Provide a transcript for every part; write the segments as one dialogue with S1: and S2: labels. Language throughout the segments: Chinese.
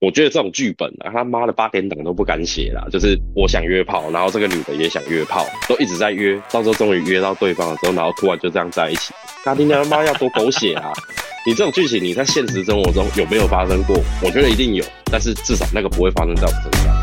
S1: 我觉得这种剧本啊，他妈的八点档都不敢写啦。就是我想约炮，然后这个女的也想约炮，都一直在约，到时候终于约到对方的时候，然后突然就这样在一起。他今天他妈要多狗血啊！你这种剧情你在现实生活中有没有发生过？我觉得一定有，但是至少那个不会发生在我身上。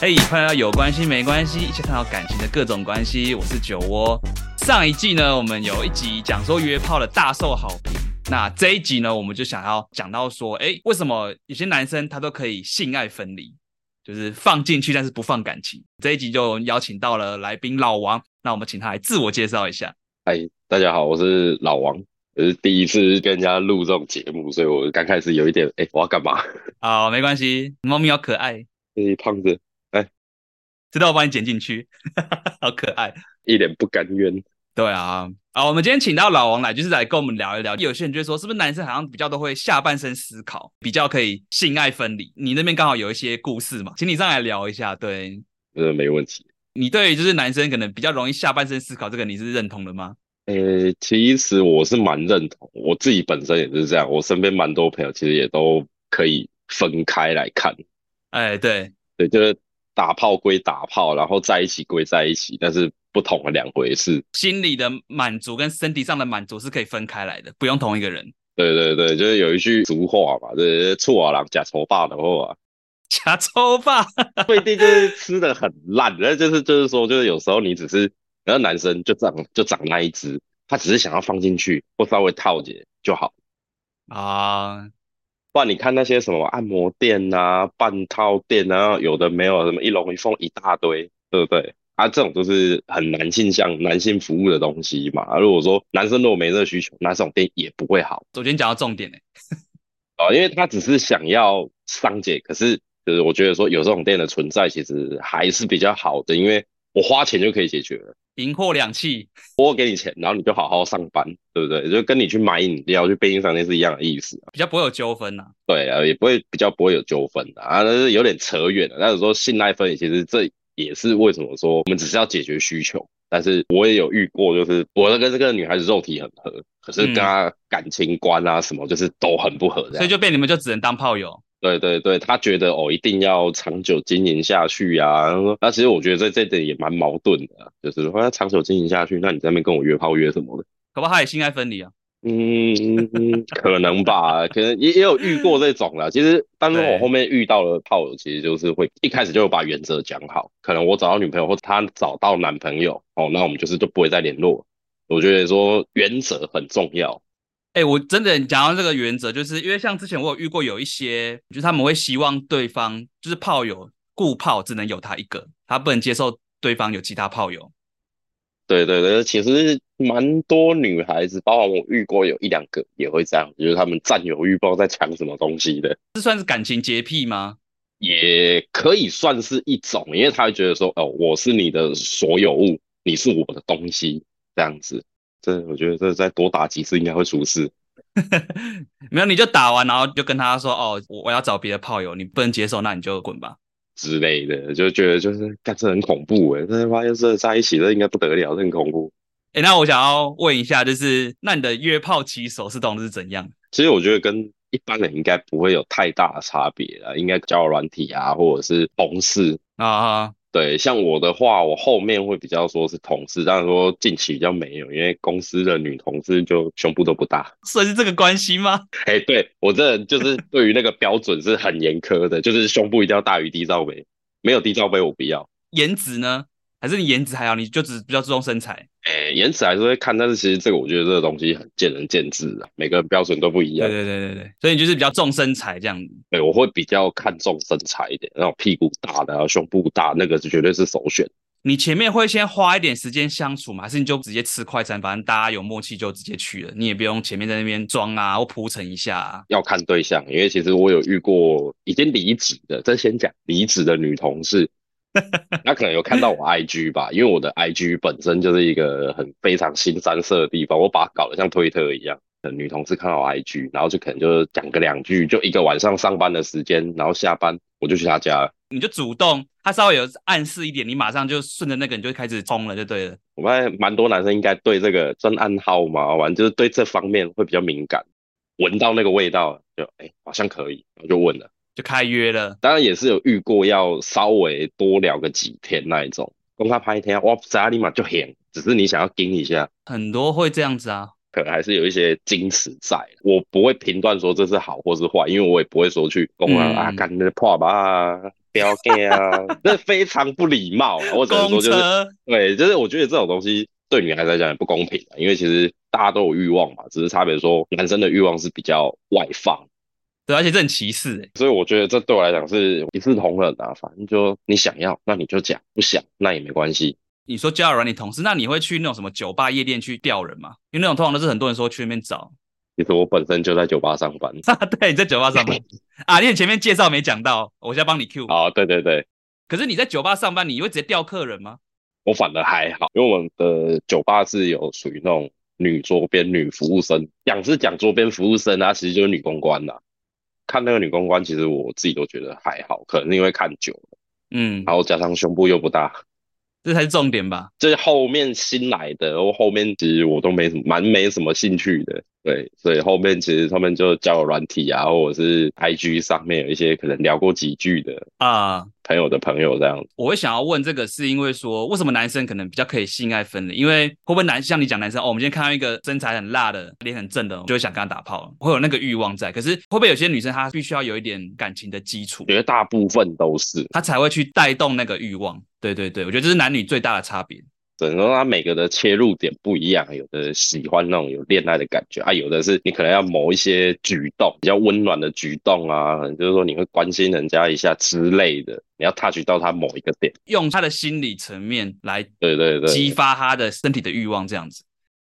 S2: 嘿，快要有关系没关系，一起探讨感情的各种关系。我是酒窝。上一季呢，我们有一集讲说约炮的大受好评。那这一集呢，我们就想要讲到说，哎，为什么有些男生他都可以性爱分离，就是放进去但是不放感情？这一集就邀请到了来宾老王，那我们请他来自我介绍一下。
S1: 嗨，哎大家好，我是老王，我是第一次跟人家录这种节目，所以我刚开始有一点，哎、我要干嘛？
S2: 好、没关系，猫咪好可爱，
S1: 这些胖子
S2: 知道我帮你剪进去， 好可爱。
S1: 一脸不甘愿。
S2: 对啊，啊，我们今天请到老王来，就是来跟我们聊一聊。有些人就会说，是不是男生好像比较都会下半身思考，比较可以性爱分离？你那边刚好有一些故事嘛，请你上来聊一下。对
S1: 呃，没问题。
S2: 你对于就是男生可能比较容易下半身思考，这个你是认同的吗？
S1: 呃、其实我是蛮认同，我自己本身也是这样，我身边蛮多朋友其实也都可以分开来看，
S2: 哎，对，
S1: 对，就是打炮归打炮，然后在一起归在一起，但是不同的两回事。
S2: 心理的满足跟身体上的满足是可以分开来的，不用同一个人。
S1: 对对对，就是有一句俗话嘛，就是“错啊，郎假愁霸的话
S2: 假抽吧，
S1: 啊”，不一定就是吃的很烂，那就是就是说，就是有时候你只是，然后男生就长就长那一只，他只是想要放进去或稍微套解就好。
S2: 啊，
S1: 不然你看那些什么按摩店啊、半套店啊，有的没有什么一龙一凤一大堆，对不对？啊，这种都是很男性向、男性服务的东西嘛。啊如果说男生如果没这个需求，那这种店也不会好
S2: 我今天讲到重点欸呢、
S1: 啊，因为他只是想要商解。可是，就是我觉得说有这种店的存在，其实还是比较好的，因为我花钱就可以解决了。
S2: 银货两讫。
S1: 我给你钱，然后你就好好上班，对不对？就跟你去买饮料、去便利商店是一样的意思。
S2: 比较不会有纠纷呐、
S1: 对啊，也不会比较不会有纠纷的啊，但是有点扯远了。但是说信赖分离，其实这也是为什么说我们只是要解决需求，但是我也有遇过，就是我跟这个女孩子肉体很合，可是跟她感情观啊什么，就是都很不合这
S2: 嗯所以
S1: 样。
S2: 就被你们就只能当炮友。
S1: 对对对，她觉得哦一定要长久经营下去啊，然后说那其实我觉得这这点也蛮矛盾的啊，就是说要长久经营下去，那你在那边跟我约炮约什么的？
S2: 可不好？他也性爱分离啊。
S1: 嗯，可能吧，可能也也有遇过这种啦。其实，当中我
S2: 对
S1: 后面遇到的炮友，其实就是会一开始就有把原则讲好。可能我找到女朋友，或她找到男朋友，哦，那我们就是就不会再联络。我觉得说原则很重要，
S2: 哎、我真的讲到这个原则，就是因为像之前我有遇过有一些，就是他们会希望对方就是炮友固炮只能有他一个，他不能接受对方有其他炮友。
S1: 对对对，其实蛮多女孩子，包括我遇过有一两个也会这样，就是她们占有欲不知道在抢什么东西的。
S2: 这算是感情洁癖吗？
S1: 也可以算是一种，因为他会觉得说，哦，我是你的所有物，你是我的东西，这样子。这我觉得这再多打几次应该会出事。
S2: 没有，你就打完，然后就跟他说，哦，我我要找别的炮友，你不能接受，那你就滚吧。
S1: 之类的，就觉得就是，干这很恐怖诶，这他妈要是在一起，这应该不得了，这很恐怖。
S2: 哎、那我想要问一下，就是那你的约炮起手是通常是怎样？
S1: 其实我觉得跟一般人应该不会有太大的差别啦，应该交友软体啊，或者是同事，
S2: 啊、
S1: 对，像我的话，我后面会比较说是同事，但是说近期比较没有，因为公司的女同事就胸部都不大。
S2: 所以是这个关系吗？
S1: 哎、对，我这人就是对于那个标准是很严苛的，就是胸部一定要大于低罩杯，没有低罩杯我不要。
S2: 颜值呢？还是你颜值还好，你就只比较注重身材？
S1: 哎、颜值还是会看，但是其实这个我觉得这个东西很见仁见智啊，每个人标准都不一样。
S2: 对对对对对，所以你就是比较重身材这样子。
S1: 对，我会比较看重身材一点，那种屁股大的啊、胸部大那个是绝对是首选。
S2: 你前面会先花一点时间相处吗？还是你就直接吃快餐？反正大家有默契就直接去了，你也不用前面在那边装啊或铺陈一下啊。
S1: 要看对象，因为其实我有遇过已经离职的，这先讲离职的女同事，那可能有看到我 IG 吧，因为我的 IG 本身就是一个很非常新三色的地方，我把它搞得像推特一样。呃女同事看到我 IG，然后就可能就讲个两句，就一个晚上上班的时间，然后下班我就去她家了。
S2: 你就主动，他稍微有暗示一点，你马上就顺着那个你就开始冲了，就对了。
S1: 我发现蛮多男生应该对这个专案号码，完就是对这方面会比较敏感。闻到那个味道了，就哎、好像可以，我就问了。
S2: 就开约了。
S1: 当然也是有遇过要稍微多聊个几天那一种，跟他拍一天，哇塞，立马就很，只是你想要盯一下，
S2: 很多会这样子啊，
S1: 可能还是有一些矜持在。我不会评断说这是好或是坏，因为我也不会说去攻啊、
S2: 嗯
S1: 啊，干那破吧，不要 gay 啊，这非常不礼貌啊。我只能
S2: 公
S1: 说就是
S2: 车
S1: 对，就是我觉得这种东西对女孩子来讲也不公平啊，因为其实大家都有欲望嘛，只是差别说男生的欲望是比较外放，
S2: 对，而且这很歧视、欸，
S1: 所以我觉得这对我来讲是一视同仁啊。反正就你想要，那你就讲；不想，那也没关系。
S2: 你说交友软体同事，那你会去那种什么酒吧、夜店去钓人吗？因为那种通常都是很多人说去那边找。
S1: 其实我本身就在酒吧上班
S2: 对，你在酒吧上班啊？因为你前面介绍没讲到，我现在帮你 Q。
S1: 啊，对对对，
S2: 可是你在酒吧上班，你会直接钓客人吗？
S1: 我反而还好，因为我们的酒吧是有属于那种女桌边、女服务生，讲是讲桌边服务生啊，其实就是女公关啦、看那个女公关，其实我自己都觉得还好，可能是因为看久了，
S2: 嗯，
S1: 然后加上胸部又不大。
S2: 这才是重点吧。
S1: 就是后面新来的，我后面其实我都没什么，蛮没什么兴趣的。对，所以后面其实他们就交友软体啊，或者是 IG 上面有一些可能聊过几句的
S2: 啊、
S1: 朋友的朋友这样子。
S2: 我会想要问这个，是因为说为什么男生可能比较可以性爱分离？因为会不会男像你讲男生哦，我们今天看到一个身材很辣的、脸很正的，就会想跟他打炮，会有那个欲望在。可是会不会有些女生她必须要有一点感情的基础
S1: 我，觉得大部分都是，
S2: 她才会去带动那个欲望？对对对，我觉得这是男女最大的差别。
S1: 只能说他每个的切入点不一样，有的喜欢那种有恋爱的感觉啊，有的是你可能要某一些举动比较温暖的举动啊，可能就是说你会关心人家一下之类的，你要 touch 到他某一个点。
S2: 用他的心理层面来
S1: 对对对，
S2: 激发他的身体的欲望，这样子。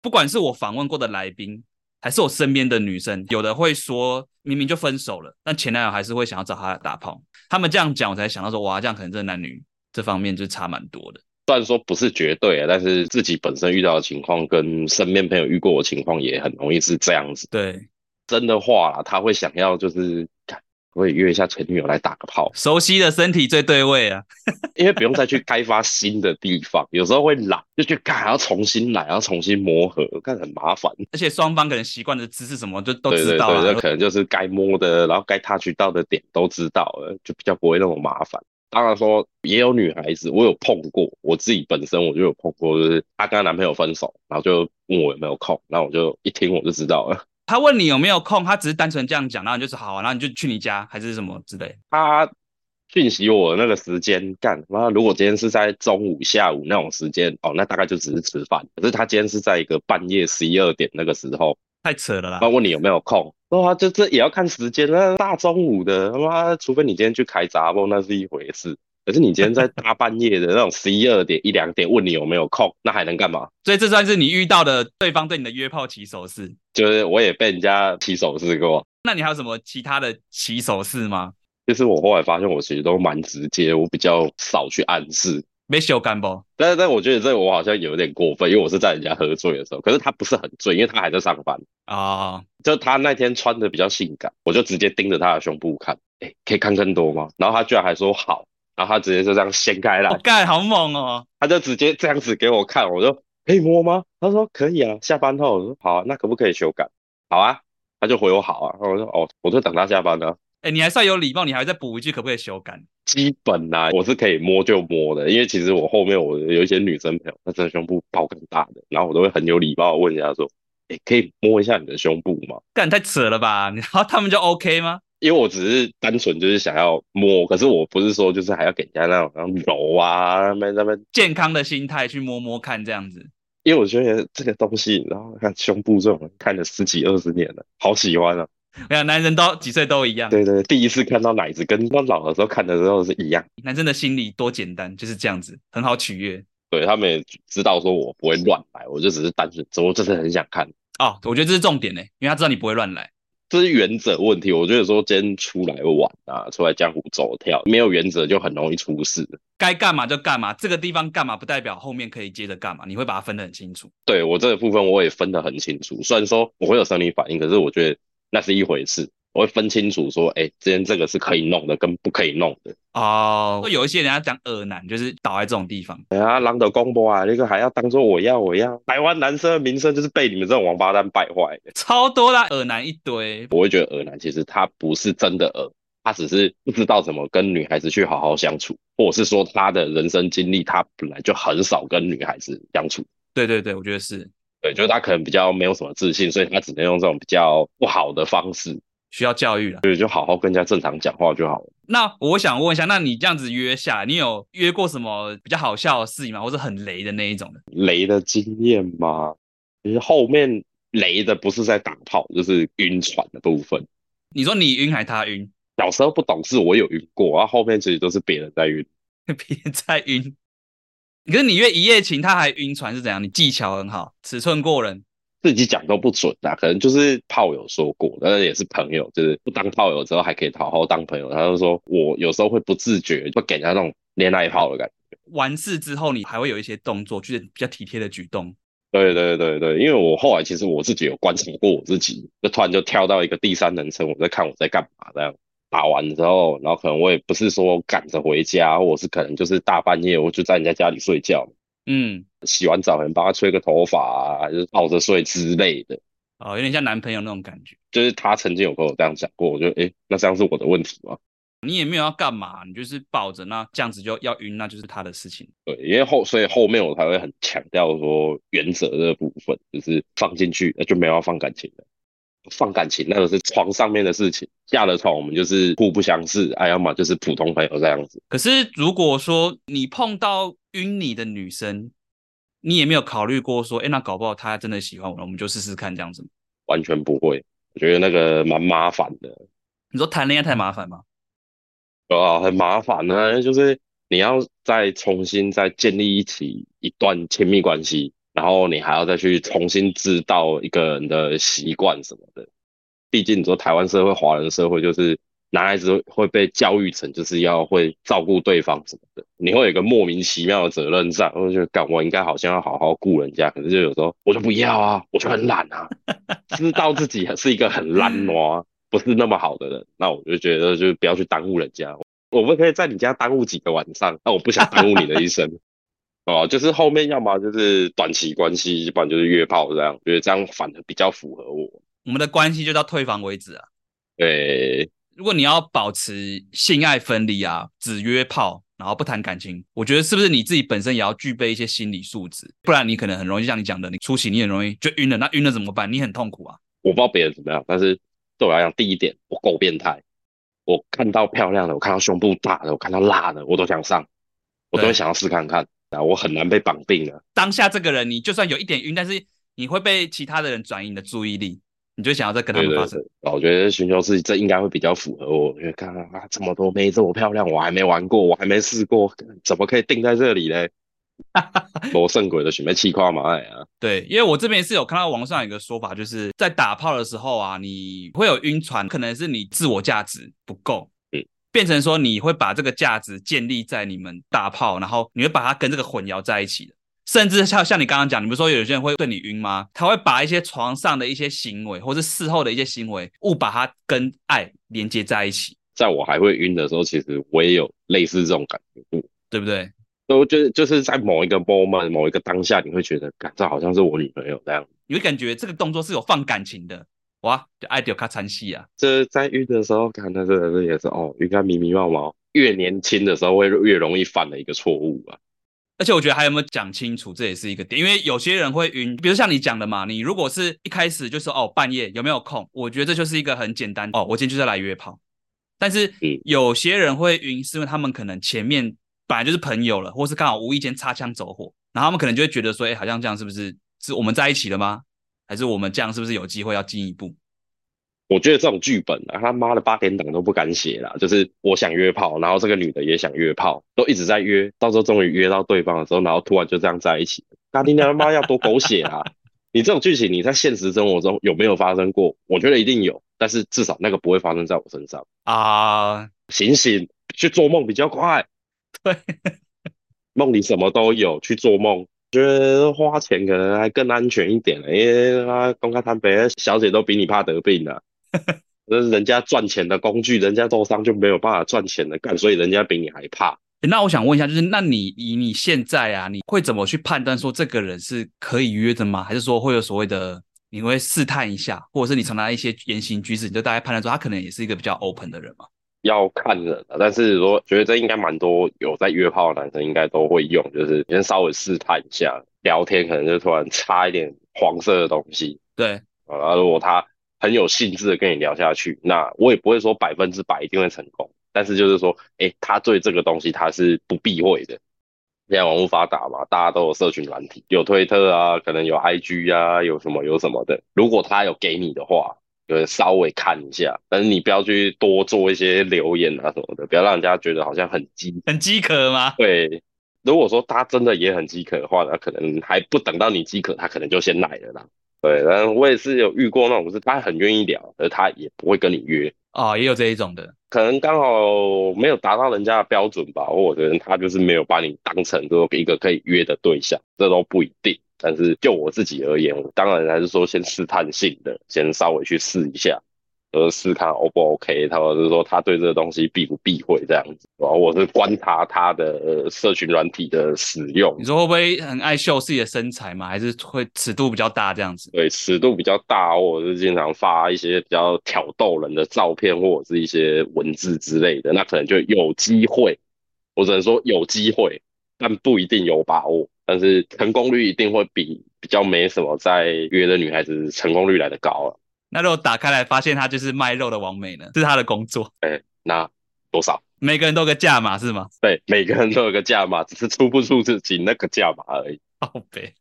S2: 不管是我访问过的来宾，还是我身边的女生，有的会说明明就分手了，但前男友还是会想要找她打炮。他们这样讲，我才想到说，哇，这样可能真的男女这方面就差蛮多的。
S1: 虽然说不是绝对啊，但是自己本身遇到的情况跟身边朋友遇过的情况也很容易是这样子。
S2: 对，，
S1: 真的话啦，他会想要就是，干我也约一下前女友来打个炮
S2: 熟悉的身体最对味啊。
S1: 因为不用再去开发新的地方，有时候会懒，就去干还要重新来，还要重新磨合，看很麻烦。
S2: 而且双方可能习惯的姿势什么就都
S1: 对
S2: 知
S1: 对
S2: 道啊
S1: 对，
S2: 了
S1: 那。可能就是该摸的，然后该 touch 到的点都知道了，就比较不会那么麻烦。当然说也有女孩子，我有碰过，我自己本身我就有碰过，就是她跟她男朋友分手，然后就问我有没有空，那我就一听我就知道了。
S2: 他问你有没有空，他只是单纯这样讲，然后你就说好、啊，然后你就去你家还是什么之类。
S1: 她讯息我的那个时间，干妈如果今天是在中午、下午那种时间，哦，那大概就只是吃饭。可是她今天是在一个半夜十一二点那个时候，
S2: 太扯了啦
S1: 那！问你有没有空？对啊，就这也要看时间那大中午的，他妈，除非你今天去开杂货，那是一回事。可是你今天在大半夜的那种十一二点、一两点问你有没有空，那还能干嘛？
S2: 所以这算是你遇到的对方对你的约炮起手式。
S1: 就是我也被人家起手试过，
S2: 那你还有什么其他的起手式吗？
S1: 就是我后来发现我其实都蛮直接，我比较少去暗示。
S2: 没修干不？
S1: 但是但我觉得这个我好像有点过分，因为我是在人家喝醉的时候，可是他不是很醉，因为他还在上班。
S2: 哦，
S1: 就他那天穿的比较性感，我就直接盯着他的胸部看，哎、可以看更多吗？然后他居然还说好，然后他直接就这样掀开来
S2: 我，干，好猛哦！
S1: 他就直接这样子给我看，我就可以摸吗？他说可以啊，下班后我说好、啊，那可不可以修改？好啊，他就回我好啊，然后我说哦，我就等他下班了。
S2: 哎，你还算有礼貌，你还再补一句，可不可以修改？
S1: 基本啊，我是可以摸就摸的，因为其实我后面我有一些女生朋友，她真的胸部爆更大的，然后我都会很有礼貌地问人家说，哎、可以摸一下你的胸部吗？
S2: 干太扯了吧？ 然后他们就 OK 吗？
S1: 因为我只是单纯就是想要摸，可是我不是说就是还要给人家那种那种揉啊，那边那边，
S2: 健康的心态去摸摸看，这样子。
S1: 因为我觉得这个东西，然后看胸部这种看了十几二十年了，好喜欢啊！
S2: 没有，男人都几岁都一样，
S1: 对对，第一次看到奶子跟到老的时候看的时候是一样，
S2: 男生的心理多简单，就是这样子，很好取悦。
S1: 对他们也知道说我不会乱来，我就只是单纯，我就是很想看，
S2: 哦，我觉得这是重点呢，因为他知道你不会乱来。
S1: 这是原则问题。我觉得说今天出来玩啊，出来江湖走跳，没有原则就很容易出事。
S2: 该干嘛就干嘛，这个地方干嘛不代表后面可以接着干嘛，你会把它分得很清楚。
S1: 对我这个部分我也分得很清楚，虽然说我会有生理反应，可是我觉得那是一回事。我会分清楚说，哎、今天这个是可以弄的，跟不可以弄的。
S2: 哦，会有一些人家讲耳男，就是倒在这种地方。
S1: 哎呀，狼的公播啊，那个还要当做我要我要，台湾男生的名声就是被你们这种王八蛋败坏的。
S2: 超多啦，耳男一堆。
S1: 我会觉得恶男其实他不是真的恶，他只是不知道怎么跟女孩子去好好相处，或者是说他的人生经历他本来就很少跟女孩子相处，
S2: 对对对，我觉得是
S1: 对，就是他可能比较没有什么自信，所以他只能用这种比较不好的方式，
S2: 需要教育了。
S1: 所以就好好跟人家正常讲话就好了。
S2: 那我想问一下，那你这样子约下来，你有约过什么比较好笑的事情吗？或是很雷的那一种的？
S1: 雷的经验嘛，其实后面雷的不是在打炮，就是晕船的部分。
S2: 你说你晕还他晕，
S1: 小时候不懂事，我有晕过，啊然后后面其实都是别人在晕。
S2: 别人在晕。可是你约一夜情，他还晕船是怎样？你技巧很好，尺寸过人。
S1: 自己讲都不准啊，可能就是炮友说过，但是也是朋友，就是不当炮友之后还可以好好当朋友。他就说我有时候会不自觉会给人家那种恋爱炮的感觉。
S2: 完事之后，你还会有一些动作，就是比较体贴的举动。
S1: 对对对对，因为我后来其实我自己有观察过我自己，就突然就跳到一个第三人称，我在看我在干嘛这样。打完之后，然后可能我也不是说赶着回家，或者是可能就是大半夜我就在人家家里睡觉，
S2: 嗯，
S1: 洗完澡可能帮他吹个头发啊，就是抱着睡之类的。
S2: 哦，有点像男朋友那种感觉。
S1: 就是他曾经有跟我这样讲过，我就诶，那这样是我的问题吗？
S2: 你也没有要干嘛，你就是抱着，那这样子就要晕，那就是他的事情。
S1: 对，因为后所以后面我才会很强调说原则的部分，就是放进去呃就没有要放感情的，放感情那个是床上面的事情，下了床我们就是互不相识，哎、要么就是普通朋友这样子。
S2: 可是如果说你碰到晕你的女生，你也没有考虑过说，哎，那搞不好她真的喜欢我了，我们就试试看这样子。
S1: 完全不会，我觉得那个蛮麻烦的，
S2: 你说谈恋爱太麻烦吗？
S1: 啊，很麻烦呢、就是你要再重新再建立一起一段亲密关系，然后你还要再去重新制造一个人的习惯什么的。毕竟你说台湾社会、华人社会，就是男孩子会被教育成就是要会照顾对方什么的，你会有一个莫名其妙的责任在，我就觉得干我应该好像要好好顾人家，可是就有时候我就不要啊，我就很懒啊，知道自己是一个很懒惰、不是那么好的人，那我就觉得就是不要去耽误人家。我们可以在你家耽误几个晚上，那我不想耽误你的一生。哦，就是后面要么就是短期关系，不然就是约炮这样，我觉得这样反而比较符合我。
S2: 我们的关系就到退房为止啊。
S1: 对，
S2: 如果你要保持性爱分离啊，只约炮，然后不谈感情，我觉得是不是你自己本身也要具备一些心理素质？不然你可能很容易像你讲的，你出行你很容易就晕了，那晕了怎么办？你很痛苦啊。
S1: 我不知道别人怎么样，但是对我来讲，第一点我够变态，我看到漂亮的，我看到胸部大的，我看到辣的，我都想上，我都
S2: 对
S1: 会想要试看看。啊，我很难被绑定啊。
S2: 当下这个人，你就算有一点晕，但是你会被其他的人转移你的注意力，你就想要再跟他
S1: 对
S2: 们
S1: 对
S2: 发生。
S1: 啊我觉得寻求刺激这应该会比较符合我，因为看啊这么多妹这么漂亮，我还没玩过，我还没试过，怎么可以定在这里嘞？罗胜鬼的选妹气跨马哎啊！
S2: 对，因为我这边是有看到网上有一个说法，就是在打炮的时候啊，你会有晕船，可能是你自我价值不够，
S1: 嗯，
S2: 变成说你会把这个价值建立在你们打炮，然后你会把它跟这个混淆在一起的。甚至像像你刚刚讲，你不是说有些人会对你晕吗？他会把一些床上的一些行为，或是事后的一些行为，误把它跟爱连接在一起，
S1: 在我还会晕的时候，其实我也有类似这种感觉过。
S2: 对不对？
S1: 所以我觉得就是在某一个 moment、某一个当下，你会觉得，感这好像是我女朋友这样。
S2: 你会感觉这个动作是有放感情的，哇，就爱丢卡参戏啊。
S1: 这在晕的时候，看那真的是也是哦，应该迷迷茫茫。越年轻的时候会越容易犯的一个错误啊。
S2: 而且我觉得还有没有讲清楚，这也是一个点，因为有些人会晕，比如像你讲的嘛，你如果是一开始就说哦半夜有没有空，我觉得这就是一个很简单哦，我今天就是要来约炮。但是
S1: 嗯
S2: 有些人会晕，是因为他们可能前面本来就是朋友了，或是刚好无意间擦枪走火，然后他们可能就会觉得说，哎，好像这样是不是是我们在一起了吗？还是我们这样是不是有机会要进一步？
S1: 我觉得这种剧本啊，他妈的八点档都不敢写啦。 就是我想约炮，然后这个女的也想约炮，都一直在约，到时候终于约到对方的时候，然后突然就这样在一起。那你他妈要多狗血啊！ 你这种剧情你在现实生活中有没有发生过？我觉得一定有，但是至少那个不会发生在我身上。
S2: 啊、
S1: 醒醒，去做梦比较快。
S2: 对，
S1: 梦里什么都有，去做梦。觉得花钱可能还更安全一点，因为他公开摊白，小姐都比你怕得病了、啊那是人家赚钱的工具，人家受伤就没有办法赚钱了，干，所以人家比你还怕。
S2: 诶那我想问一下，就是那你以你现在啊，你会怎么去判断说这个人是可以约的吗？还是说会有所谓的你会试探一下，或者是你从他一些言行举止，你就大概判断说他可能也是一个比较 open 的人嘛？
S1: 要看人啊，但是我觉得这应该蛮多有在约炮的男生应该都会用，就是先稍微试探一下，聊天可能就突然插一点黄色的东西
S2: 对，
S1: 啊，然后如果他很有兴致的跟你聊下去，那我也不会说百分之百一定会成功，但是就是说，哎，他对这个东西他是不避讳的。现在网络发达嘛，大家都有社群软体，有推特啊，可能有 IG 啊，有什么有什么的。如果他有给你的话，就是稍微看一下，但是你不要去多做一些留言啊什么的，不要让人家觉得好像很鸡。
S2: 很饥渴吗？
S1: 对，如果说他真的也很饥渴的话，那可能还不等到你饥渴，他可能就先来了啦。对，然后我也是有遇过那种是他很愿意聊，而他也不会跟你约，
S2: 哦，也有这一种的。
S1: 可能刚好没有达到人家的标准吧，或者他就是没有把你当成说一个可以约的对象，这都不一定。但是就我自己而言，我当然还是说先试探性的，先稍微去试一下，呃，试看 O 不 OK，他或者是说他对这个东西避不避讳这样子。然后我是观察他的呃社群软体的使用
S2: 你，说会不会很爱秀自己的身材嘛？还是会尺度比较大这样子？
S1: 对尺度比较大，或者是经常发一些比较挑逗人的照片，或者是一些文字之类的，那可能就有机会。我只能说有机会，但不一定有把握。但是成功率一定会比比较没什么在约的女孩子成功率来的高啊了。
S2: 那如果打开来发现他就是卖肉的王美呢？这是他的工作，
S1: 那多少？
S2: 每个人都有个价码是吗？
S1: 对，每个人都有个价码，只是出不出自己那个价码而已。
S2: 好呗，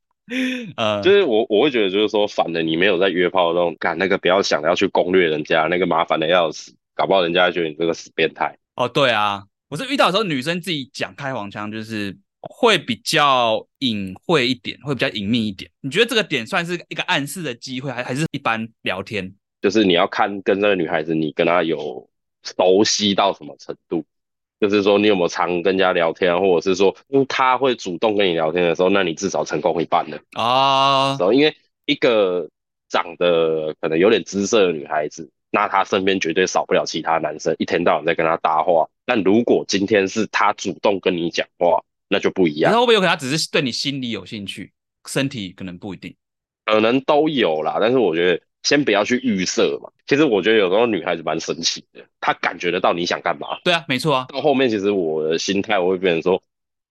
S2: 呃，
S1: 就是我我会觉得，就是说，反正你没有在约炮的那种，干那个不要想着要去攻略人家，那个麻烦的要死，搞不好人家还觉得你这个死变态。
S2: 哦，对啊，我是遇到的时候，女生自己讲开黄腔，就是会比较隐晦一点，会比较隐秘一点。你觉得这个点算是一个暗示的机会，还还是一般聊天？
S1: 就是你要看跟这个女孩子，你跟她有熟悉到什么程度，就是说你有没有常跟人家聊天啊，或者是说，嗯，她会主动跟你聊天的时候，那你至少成功一半了。
S2: 哦
S1: 然，后，因为一个长得可能有点姿色的女孩子，那她身边绝对少不了其他男生，一天到晚在跟她搭话。但如果今天是她主动跟你讲话，那就不一
S2: 然
S1: 样，
S2: 后会不会有可能他只是对你心里有兴趣，身体可能不一定？
S1: 可能都有啦。但是我觉得先不要去预设嘛。其实我觉得有时候女孩子蛮神奇的，她感觉得到你想干嘛。
S2: 对啊，没错啊，
S1: 到后面，其实我的心态我会变成说，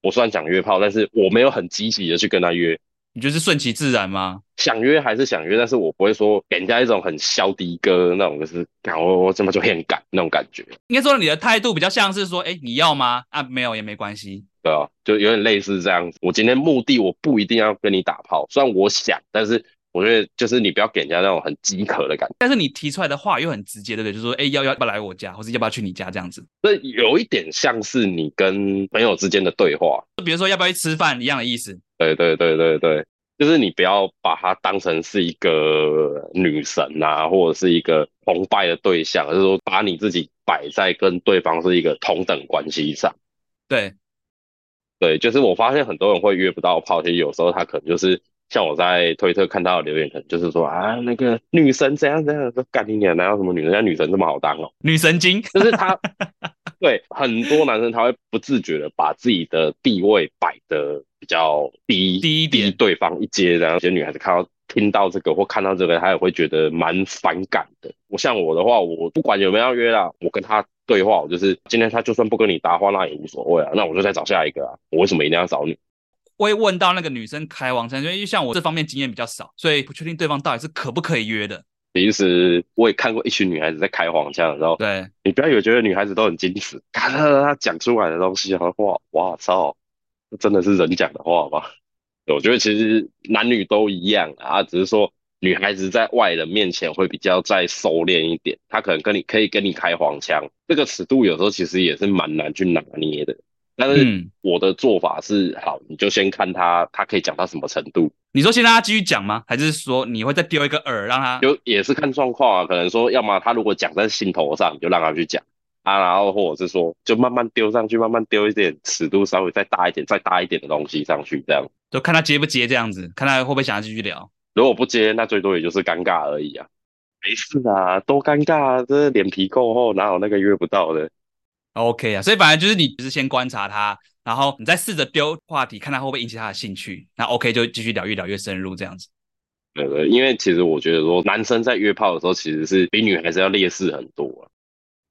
S1: 我虽然想约炮，但是我没有很积极的去跟他约，
S2: 你就是顺其自然嘛。
S1: 想约还是想约，但是我不会说给人家一种很肖迪哥那种，就是感我我怎么就很敢那种感觉，
S2: 应该说你的态度比较像是说，哎，你要吗？啊，没有也没关系。
S1: 对啊，就有点类似这样子。我今天目的我不一定要跟你打炮，虽然我想，但是我觉得就是你不要给人家那种很饥渴的感觉，
S2: 但是你提出来的话又很直接，对不对？就是说，哎，要要不要来我家，或是要不要去你家这样子。
S1: 这有一点像是你跟朋友之间的对话，
S2: 就比如说要不要去吃饭一样的意思。
S1: 对对对对对，就是你不要把她当成是一个女神啊，或者是一个崇拜的对象，而是说把你自己摆在跟对方是一个同等关系上。
S2: 对，
S1: 对，就是我发现很多人会约不到炮，其实有时候他可能就是像我在推特看到的留言，可能就是说啊，那个女神怎样怎样，说干你娘，哪有什么女神，像女神这么好当哦？
S2: 女神经。
S1: 就是 他，对很多男生他会不自觉的把自己的地位摆的比较低，
S2: 低一点
S1: 低对方一阶，然后有些女孩子看到听到这个或看到这个，她也会觉得蛮反感的。我像我的话，我不管有没有要约啦，我跟他对话，我就是今天他就算不跟你搭话，那也无所谓啊，那我就再找下一个啊，我为什么一定要找你？
S2: 会问到那个女生开黄腔，因为像我这方面经验比较少，所以不确定对方到底是可不可以约的。
S1: 其实我也看过一群女孩子在开黄腔的时候，
S2: 对，
S1: 你不要以为觉得女孩子都很矜持，看到她讲出来的东西，好像哇，哇操，这真的是人讲的话吗？对我觉得其实男女都一样啊，只是说女孩子在外人面前会比较再收敛一点，她可能跟你可以跟你开黄腔，这个尺度有时候其实也是蛮难去拿捏的。但是
S2: 嗯，
S1: 我的做法是，好，你就先看她，她可以讲到什么程度，
S2: 你说先让他继续讲吗？还是说你会再丢一个饵让他？
S1: 有也是看状况啊，可能说，要么他如果讲在心头上，你就让他去讲啊，然后或者是说，就慢慢丢上去，慢慢丢一点尺度，稍微再大一点，再大一点的东西上去，这样。
S2: 就看他接不接这样子，看他会不会想要继续聊。
S1: 如果不接，那最多也就是尴尬而已啊。没事啊，多尴尬啊！这脸皮够厚，哪有那个约不到的？
S2: OK 啊，所以反正就是你只是先观察他，然后你再试着丢话题，看他会不会引起他的兴趣。那 OK 就继续聊，越聊越深入这样子。
S1: 对对，因为其实我觉得说，男生在约炮的时候其实是比女孩子要劣势很多啊。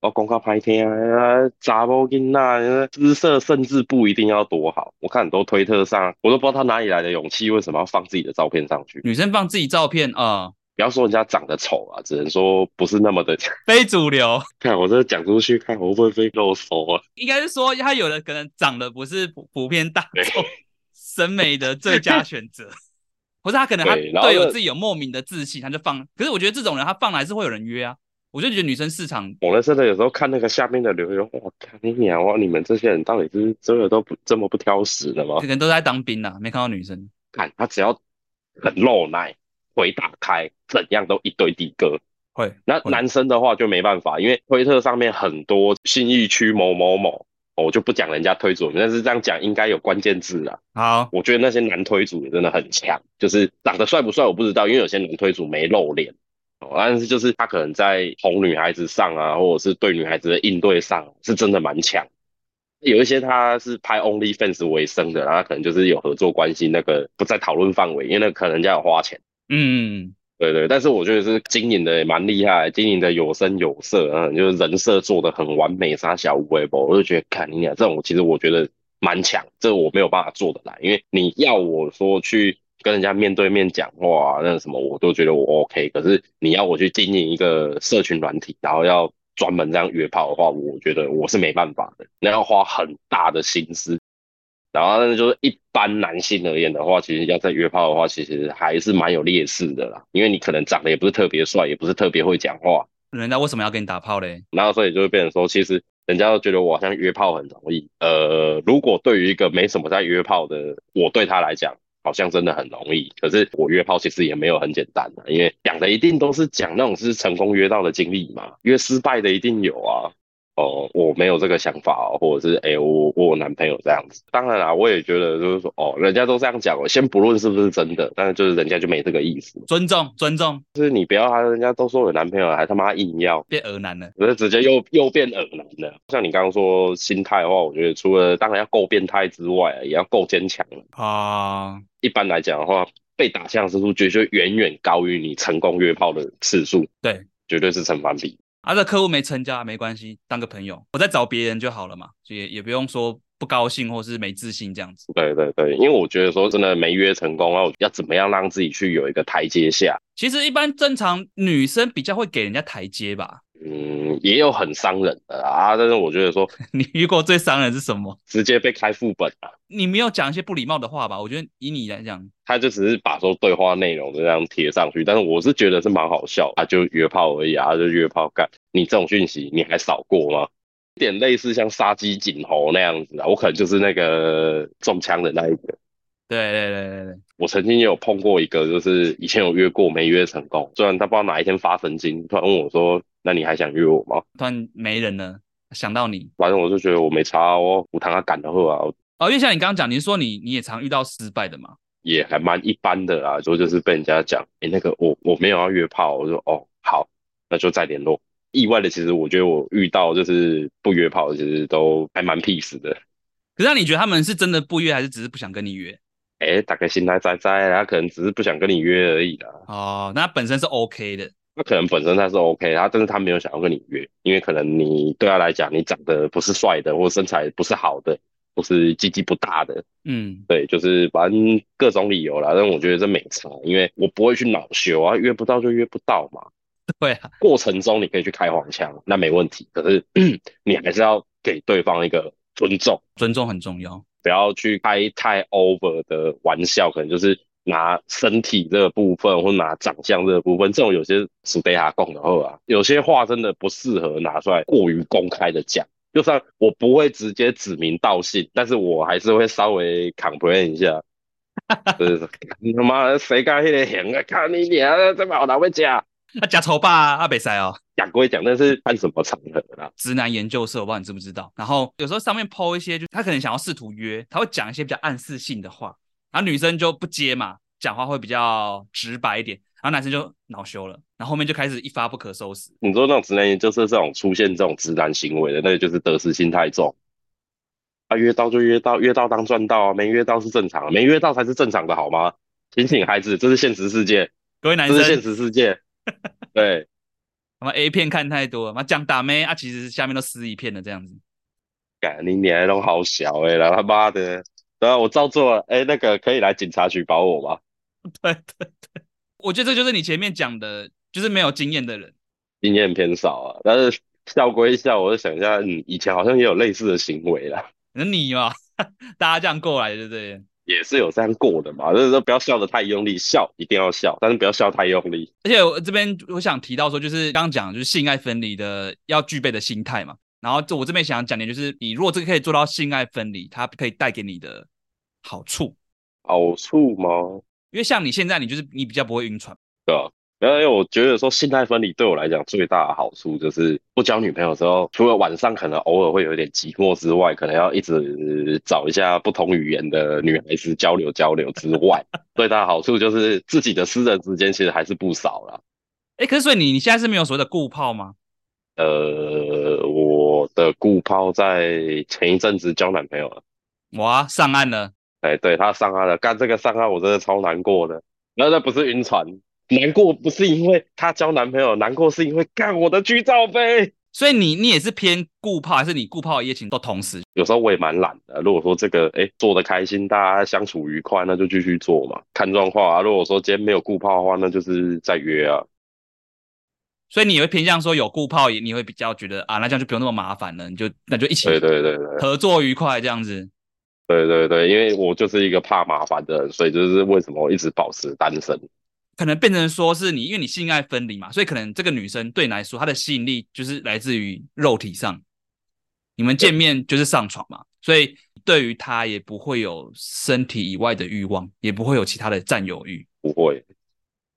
S1: 我广告拍天啊，查某囡仔啊姿色甚至不一定要多好。我看很多推特上，我都不知道他哪里来的勇气，为什么要放自己的照片上去？
S2: 女生放自己照片啊、呃
S1: 不要说人家长得丑啊，只能说不是那么的。
S2: 非主流，
S1: 看我这讲出去，看我会不会被肉搜啊？
S2: 应该是说他有的可能长得不是普普遍大众审美的最佳选择，或是他可能他
S1: 对然后
S2: 对有
S1: 呢
S2: 自己有莫名的自信，他就放。可是我觉得这种人他放来是会有人约啊，我就觉得女生市场
S1: 我那真的有时候看那个下面的留言，我看你娘哇！你们这些人到底是真的都不这么不挑食的吗
S2: 可？能都在当兵啊，没看到女生。
S1: 看他只要很露奶，腿打开，怎样都一堆的哥。
S2: 会，
S1: 那
S2: 会
S1: 男生的话就没办法，因为推特上面很多信义区某某某，哦我就不讲人家推主，但是这样讲应该有关键字啦。
S2: 好，
S1: 我觉得那些男推主也真的很强，就是长得帅不帅我不知道，因为有些男推主没露脸。哦，但是就是他可能在哄女孩子上啊，或者是对女孩子的应对上，是真的蛮强。有一些他是拍 OnlyFans 为生的，然后他可能就是有合作关系，那个不在讨论范围，因为那可能人家有花钱。
S2: 嗯，嗯
S1: 对对，但是我觉得是经营的也蛮厉害，经营的有声有色，嗯，就是人设做的很完美，啥小无微博，我就觉得看你俩这种，其实我觉得蛮强，这我没有办法做得来，因为你要我说去跟人家面对面讲话啊，那什么我都觉得我 OK，可是你要我去经营一个社群软体，然后要专门这样约炮的话，我觉得我是没办法的，那要花很大的心思。然后，但是就是一般男性而言的话，其实要在约炮的话，其实还是蛮有劣势的啦，因为你可能长得也不是特别帅，也不是特别会讲话，
S2: 嗯人家为什么要跟你打炮嘞？
S1: 然后所以就会变成说，其实人家都觉得我好像约炮很容易。呃，如果对于一个没什么在约炮的我，对他来讲好像真的很容易，可是我约炮其实也没有很简单啊的，因为讲的一定都是讲那种是成功约到的经历嘛，约失败的一定有啊。哦，我没有这个想法、哦，或者是哎、诶我我有男朋友这样子。当然啦，我也觉得就是说，哦，人家都这样讲，我先不论是不是真的，但是就是人家就没这个意思，
S2: 尊重，尊重，
S1: 就是你不要他，人家都说有男朋友了，还他妈硬要。
S2: 变恶男了。
S1: 我就直接又又变耳男了。像你刚刚说心态的话，我觉得除了当然要够变态之外，啊也要够坚强了。
S2: 啊、
S1: 一般来讲的话，被打枪的次数绝对远远高于你成功约炮的次数，
S2: 对，
S1: 绝对是成反比。
S2: 啊，这客户没成交没关系，当个朋友，我再找别人就好了嘛，就也也不用说不高兴或是没自信这样子。
S1: 对对对，因为我觉得说真的没约成功啊，要怎么样让自己去有一个台阶下？
S2: 其实一般正常女生比较会给人家台阶吧。
S1: 嗯，也有很伤人的啊，但是我觉得说
S2: 你遇过最伤人是什么？
S1: 直接被开副本啊，
S2: 你没有讲一些不礼貌的话吧？我觉得以你来讲，
S1: 他就只是把说对话内容就这样贴上去，但是我是觉得是蛮好笑啊，就约炮而已啊，就约炮干，你这种讯息你还扫过吗？有点类似像杀鸡儆猴那样子啊，我可能就是那个中枪的那一个。
S2: 对对对对对，
S1: 我曾经也有碰过一个，就是以前有约过没约成功，虽然他不知道哪一天发神经，突然问我说：“那你还想约我吗
S2: 突然没人了，想到你？”
S1: 反正我就觉得我没差哦，我堂他赶的后啊，
S2: 哦，因为像你刚刚讲，你是说你你也常遇到失败的嘛？
S1: 也还蛮一般的啊，就就是被人家讲，诶、那个我我没有要约炮，我说哦好，那就再联络。意外的，其实我觉得我遇到就是不约炮的，其实都还蛮 peace 的。
S2: 可是那你觉得他们是真的不约，还是只是不想跟你约？
S1: 诶、大概心态在在，他可能只是不想跟你约而已啦。
S2: 哦，那本身是 OK 的，
S1: 他可能本身他是 OK，他但啊是他没有想要跟你约，因为可能你对他来讲，你长得不是帅的，或身材不是好的，或是鸡鸡不大的，
S2: 嗯，
S1: 对，就是反正各种理由啦。但我觉得这没差，因为我不会去恼羞啊，约不到就约不到嘛。
S2: 对啊，
S1: 过程中你可以去开黄腔，那没问题。可是 你还是要给对方一个尊重，
S2: 尊重很重要。
S1: 不要去开太 over 的玩笑，可能就是拿身体这个部分或拿长相这个部分，这种有些是对他供的后啊，有些话真的不适合拿出来过于公开的讲。就算我不会直接指名道姓，但是我还是会稍微 complain 一下。就是说你他妈的谁干那个行啊？看你娘的，这么好拿回家，
S2: 那啊假丑吧，阿北塞哦，
S1: 讲归讲，但是看什么场合啦。
S2: 直男研究社，我不知道你知不知道。然后有时候上面 PO 一些，就他可能想要试图约，他会讲一些比较暗示性的话，然后女生就不接嘛，讲话会比较直白一点。然后男生就恼羞了，然后后面就开始一发不可收拾。
S1: 你说那种直男炎就是这种出现这种直男行为的，那个就是得失心太重。啊，约到就约到，约到当赚到啊，没约到是正常的，没约到才是正常的好吗？醒醒，孩子，这是现实世界，
S2: 各位男
S1: 这是现实
S2: 生，
S1: 世界。对，
S2: 他妈 A 片看太多了，妈讲打妹啊，其实下面都撕一片的这样子。
S1: 干你年都好小哎、欸，然后他妈的，然后我照做了，哎、那个可以来警察局保我吗？
S2: 对对对，我觉得这就是你前面讲的，就是没有经验的人。
S1: 经验偏少啊，但是笑归笑，我就想一下，嗯，以前好像也有类似的行为啦，
S2: 那你嘛， 大家这样过来，对不对？
S1: 也是有这样过的嘛。就是说不要笑得太用力，笑一定要笑，但是不要笑太用力。
S2: 而且我这边我想提到说，就是刚刚讲就是性爱分离的要具备的心态嘛。然后这我这边想讲点就是，你如果这个可以做到性爱分离，它可以带给你的好处，
S1: 好处吗？
S2: 因为像你现在你就是你比较不会晕船，
S1: 对啊，然后因为我觉得说性爱分离对我来讲最大的好处就是不交女朋友的时候，除了晚上可能偶尔会有一点寂寞之外，可能要一直找一下不同语言的女孩子交流交流之外，最大的好处就是自己的私人时间其实还是不少啦。
S2: 哎，可是所以你你现在是没有所谓的固炮吗？
S1: 呃，我的顾抛在前一阵子交男朋友了，
S2: 哇，上岸了，
S1: 哎，对，他上岸了，干这个上岸我真的超难过的。那那不是晕船，难过不是因为她交男朋友，难过是因为干我的剧照呗。
S2: 所以你你也是偏固炮，还是你固炮夜情都同时？
S1: 有时候我也蛮懒的，如果说这个哎做的开心，大家相处愉快，那就继续做嘛，看状况啊。如果说今天没有顾泡的话，那就是再约啊。
S2: 所以你会偏向说有固炮，也你会比较觉得啊，那这样就不用那么麻烦了，你就那就一起
S1: 对对对对
S2: 合作愉快这样子。
S1: 对对对，因为我就是一个怕麻烦的人，所以就是为什么我一直保持单身。
S2: 可能变成说是你，因为你性爱分离嘛，所以可能这个女生对你来说，她的吸引力就是来自于肉体上，你们见面就是上床嘛，所以对于她也不会有身体以外的欲望，也不会有其他的占有欲。
S1: 不会，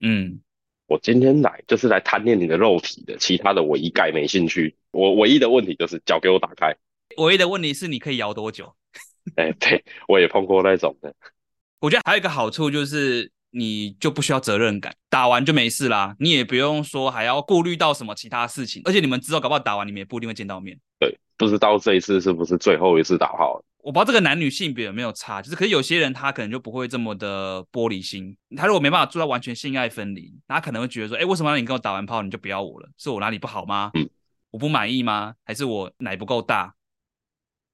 S2: 嗯，
S1: 我今天来就是来贪恋你的肉体的，其他的我一概没兴趣。我唯一的问题就是脚给我打开。
S2: 唯一的问题是你可以摇多久？
S1: 哎，对我也碰过那种的，
S2: 我觉得还有一个好处就是你就不需要责任感，打完就没事啦，你也不用说还要顾虑到什么其他事情，而且你们之后搞不好打完你们也不一定会见到面。
S1: 对，不知道这一次是不是最后一次打炮了。
S2: 我不知道这个男女性别有没有差，就是可是有些人他可能就不会这么的玻璃心，他如果没办法做到完全性爱分离，他可能会觉得说，哎、为什么你跟我打完炮你就不要我了？是我哪里不好吗？
S1: 嗯，
S2: 我不满意吗？还是我奶不够大？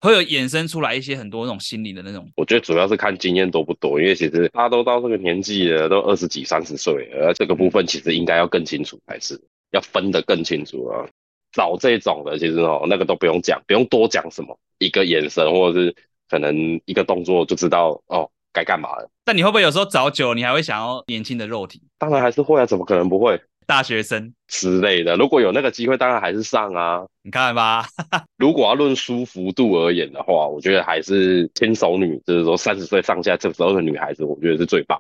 S2: 会有衍生出来一些很多那种心理的那种，
S1: 我觉得主要是看经验多不多，因为其实大家都到这个年纪了，都二十几、三十岁了，而这个部分其实应该要更清楚，还是要分得更清楚啊。找这种的，其实哦，那个都不用讲，不用多讲什么，一个眼神或者是可能一个动作就知道哦该干嘛了。
S2: 但你会不会有时候找久了，你还会想要年轻的肉体？
S1: 当然还是会啊，怎么可能不会
S2: 大学生，
S1: 之类的？如果有那个机会，当然还是上啊。
S2: 你看吧，
S1: 如果要论舒服度而言的话，我觉得还是牵手女，就是说三十岁上下这时候的女孩子，我觉得是最棒、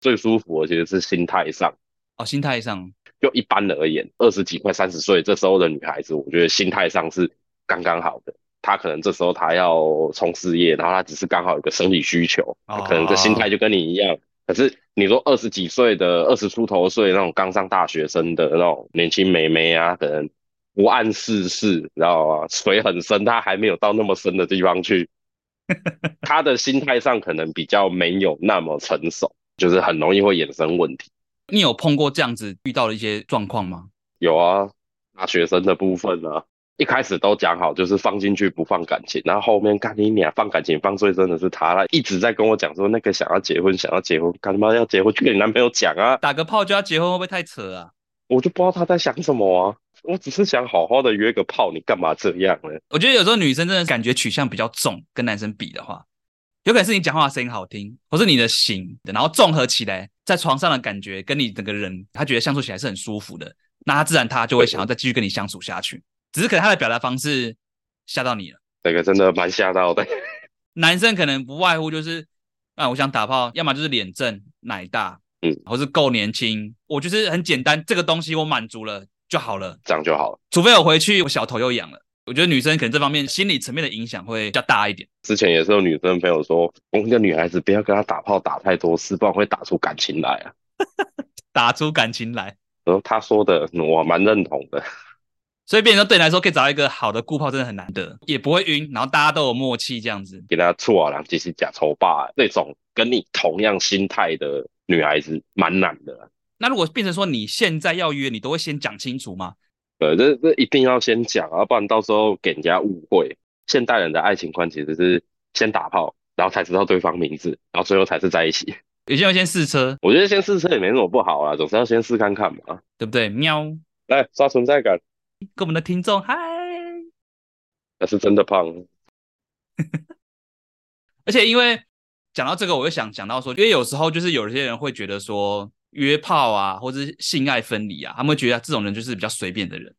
S1: 最舒服的。其实是心态上，
S2: 哦，心态上，
S1: 就一般而言，二十几快三十岁这时候的女孩子，我觉得心态上是刚刚好的。她可能这时候她要冲事业，然后她只是刚好有个生理需求，
S2: 哦
S1: 可能这心态就跟你一样。可是你说二十几岁的、二十出头岁那种刚上大学生的那种年轻妹妹啊，可能不谙世事，知道吗？水很深，她还没有到那么深的地方去，她的心态上可能比较没有那么成熟，就是很容易会衍生问题。
S2: 你有碰过这样子遇到的一些状况吗？
S1: 有啊，大学生的部分啊，一开始都讲好就是放进去不放感情，然后后面干你娘放感情放最深的是他了，一直在跟我讲说那个想要结婚想要结婚，干他妈要结婚去跟你男朋友讲啊，
S2: 打个炮就要结婚，会不会太扯啊？
S1: 我就不知道他在想什么啊，我只是想好好的约个炮，你干嘛这样呢？
S2: 我觉得有时候女生真的感觉取向比较重，跟男生比的话，有可能是你讲话的声音好听，或是你的型，然后综合起来，在床上的感觉跟你整个人，她觉得相处起来是很舒服的，那她自然她就会想要再继续跟你相处下去。只是可能她的表达方式吓到你了。
S1: 这个真的蛮吓到的，
S2: 男生可能不外乎就是啊，我想打炮，要么就是脸正奶大，
S1: 嗯，
S2: 或是够年轻。我就是很简单，这个东西我满足了就好了。
S1: 这样就好了。
S2: 除非我回去我小头又痒了，我觉得女生可能这方面心理层面的影响会比较大一点。
S1: 之前也是有女生朋友说，我跟女孩子不要跟她打炮打太多次，不然会打出感情来啊。
S2: 打出感情来。
S1: 然后他说的嗯我蛮认同的，
S2: 所以变成说对你来说，可以找到一个好的顾炮真的很难得，也不会晕，然后大家都有默契这样子。
S1: 给他错啊，其实假丑霸那种跟你同样心态的女孩子蛮难的啊。
S2: 那如果变成说你现在要约，你都会先讲清楚吗？
S1: 对，这这一定要先讲啊，不然到时候给人家误会。现代人的爱情观其实是先打炮，然后才知道对方名字，然后最后才是在一起。
S2: 有些人先试车，
S1: 我觉得先试车也没什么不好啊，总是要先试看看嘛。
S2: 对不对？喵，跟
S1: 来刷存在感，
S2: 我们的听众嗨。
S1: 那是真的胖。
S2: 而且因为讲到这个，我就想讲到说，因为有时候就是有些人会觉得说约炮啊，或者是性爱分离啊，他们会觉得这种人就是比较随便的人。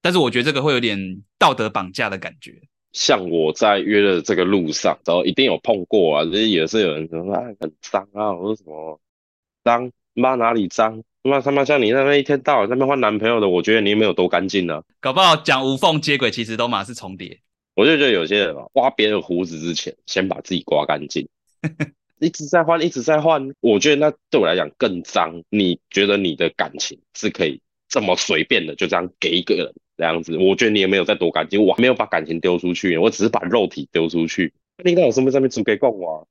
S2: 但是我觉得这个会有点道德绑架的感觉。
S1: 像我在约的这个路上，然后一定有碰过啊，就是也是有人说啊很脏啊，我说什么脏，妈哪里脏？妈他妈像你那边一天到晚在那边换男朋友的，我觉得你也没有多干净啊。
S2: 搞不好讲无缝接轨，其实都嘛是重叠。
S1: 我就觉得有些人啊，刮别人胡子之前，先把自己刮干净。一直在换，一直在换，我觉得那对我来讲更脏。你觉得你的感情是可以这么随便的就这样给一个人这样子？我觉得你也没有再多感情，我没有把感情丢出去，我只是把肉体丢出去。你看我身份证面租给供我，啊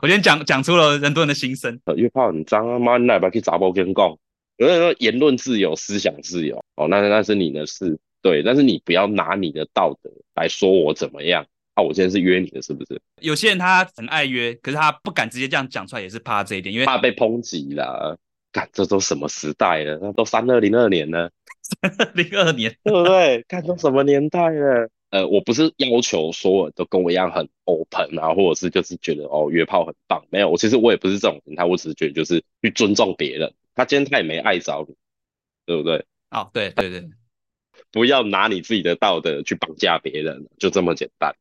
S2: 我今天讲讲出了很多人的心声。
S1: 呃约炮很脏啊，妈你来吧去砸包跟供。有人说言论自由、思想自由，哦，那那是你的事，对，但是你不要拿你的道德来说我怎么样啊！我今天是约你的，是不是？
S2: 有些人他很爱约，可是他不敢直接这样讲出来，也是怕这一点，因为
S1: 怕被抨击啦。看这都什么时代了？那都三二零二年了，
S2: 零二年
S1: 对不对？看都什么年代了？呃，我不是要求所有人都跟我一样很 open 啊，或者是就是觉得哦约炮很棒，没有，我其实我也不是这种心态，我只是觉得就是去尊重别人。他今天他也没碍着你，对不对？
S2: 哦，对对对，
S1: 不要拿你自己的道德去绑架别人，就这么简单。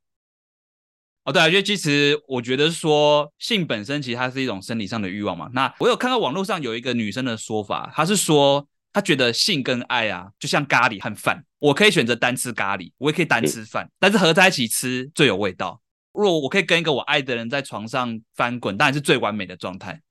S2: 哦对啊，因为其实我觉得说性本身其实它是一种生理上的欲望嘛。那我有看到网络上有一个女生的说法，她是说她觉得性跟爱啊，就像咖喱和饭，我可以选择单吃咖喱，我也可以单吃饭，但是合在一起吃最有味道。如果我可以跟一个我爱的人在床上翻滚，当然是最完美的状态。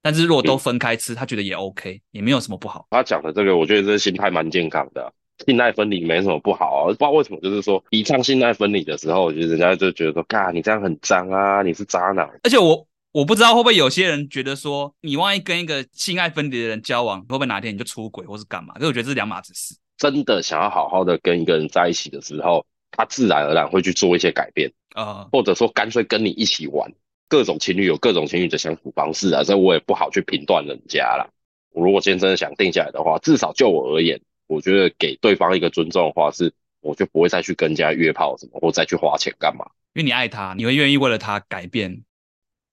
S2: 但是如果都分开吃，她觉得也 OK，也没有什么不好。
S1: 他讲的这个，我觉得这心态蛮健康的啊、性爱分离没什么不好啊，不知道为什么，就是说提倡性爱分离的时候，我觉得人家就觉得说，嘎，你这样很脏啊，你是渣男。
S2: 而且我我不知道会不会有些人觉得说，你万一跟一个性爱分离的人交往，会不会哪天你就出轨或是干嘛？可是我觉得这是两码子事。
S1: 真的想要好好的跟一个人在一起的时候，他自然而然会去做一些改变，
S2: 呃，
S1: 或者说干脆跟你一起玩。各种情侣有各种情侣的相处方式啊，所以我也不好去评断人家啦。我如果今天真的想定下来的话，至少就我而言，我觉得给对方一个尊重的话是，我就不会再去跟人家约炮什么，或再去花钱干嘛。
S2: 因为你爱他，你会愿意为了他改变。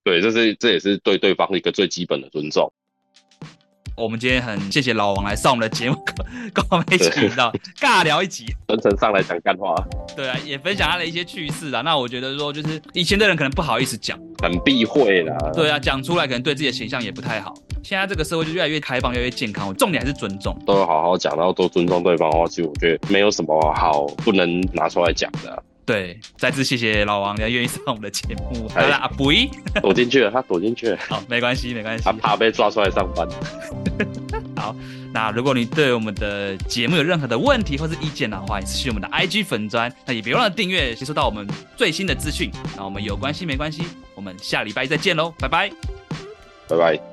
S1: 对，这是这也是对对方一个最基本的尊重。
S2: 我们今天很谢谢老王来上我们的节目， 跟我们一起频道尬聊一集。
S1: 全程上来讲干话，
S2: 对啊，也分享他的一些趣事啊。那我觉得说，就是以前的人可能不好意思讲，
S1: 很避讳啦。
S2: 对啊，讲出来可能对自己的形象也不太好。现在这个社会就越来越开放，越来越健康，重点还是尊重。
S1: 都有好好讲，然后都尊重对方的话，其实我觉得没有什么好不能拿出来讲的啊、
S2: 对，再次谢谢老王，愿意上我们的节目。好
S1: 哎
S2: 啦，阿不一，
S1: 躲进去了，他躲进去了，
S2: 好，没关系，没关系
S1: 他。怕被抓出来上班。
S2: 那如果你对我们的节目有任何的问题或是意见的话，也私讯我们的 IG 粉砖，那也别忘了订阅，接收到我们最新的资讯。那我们有关系没关系，我们下礼拜再见喽，拜拜。
S1: 拜拜。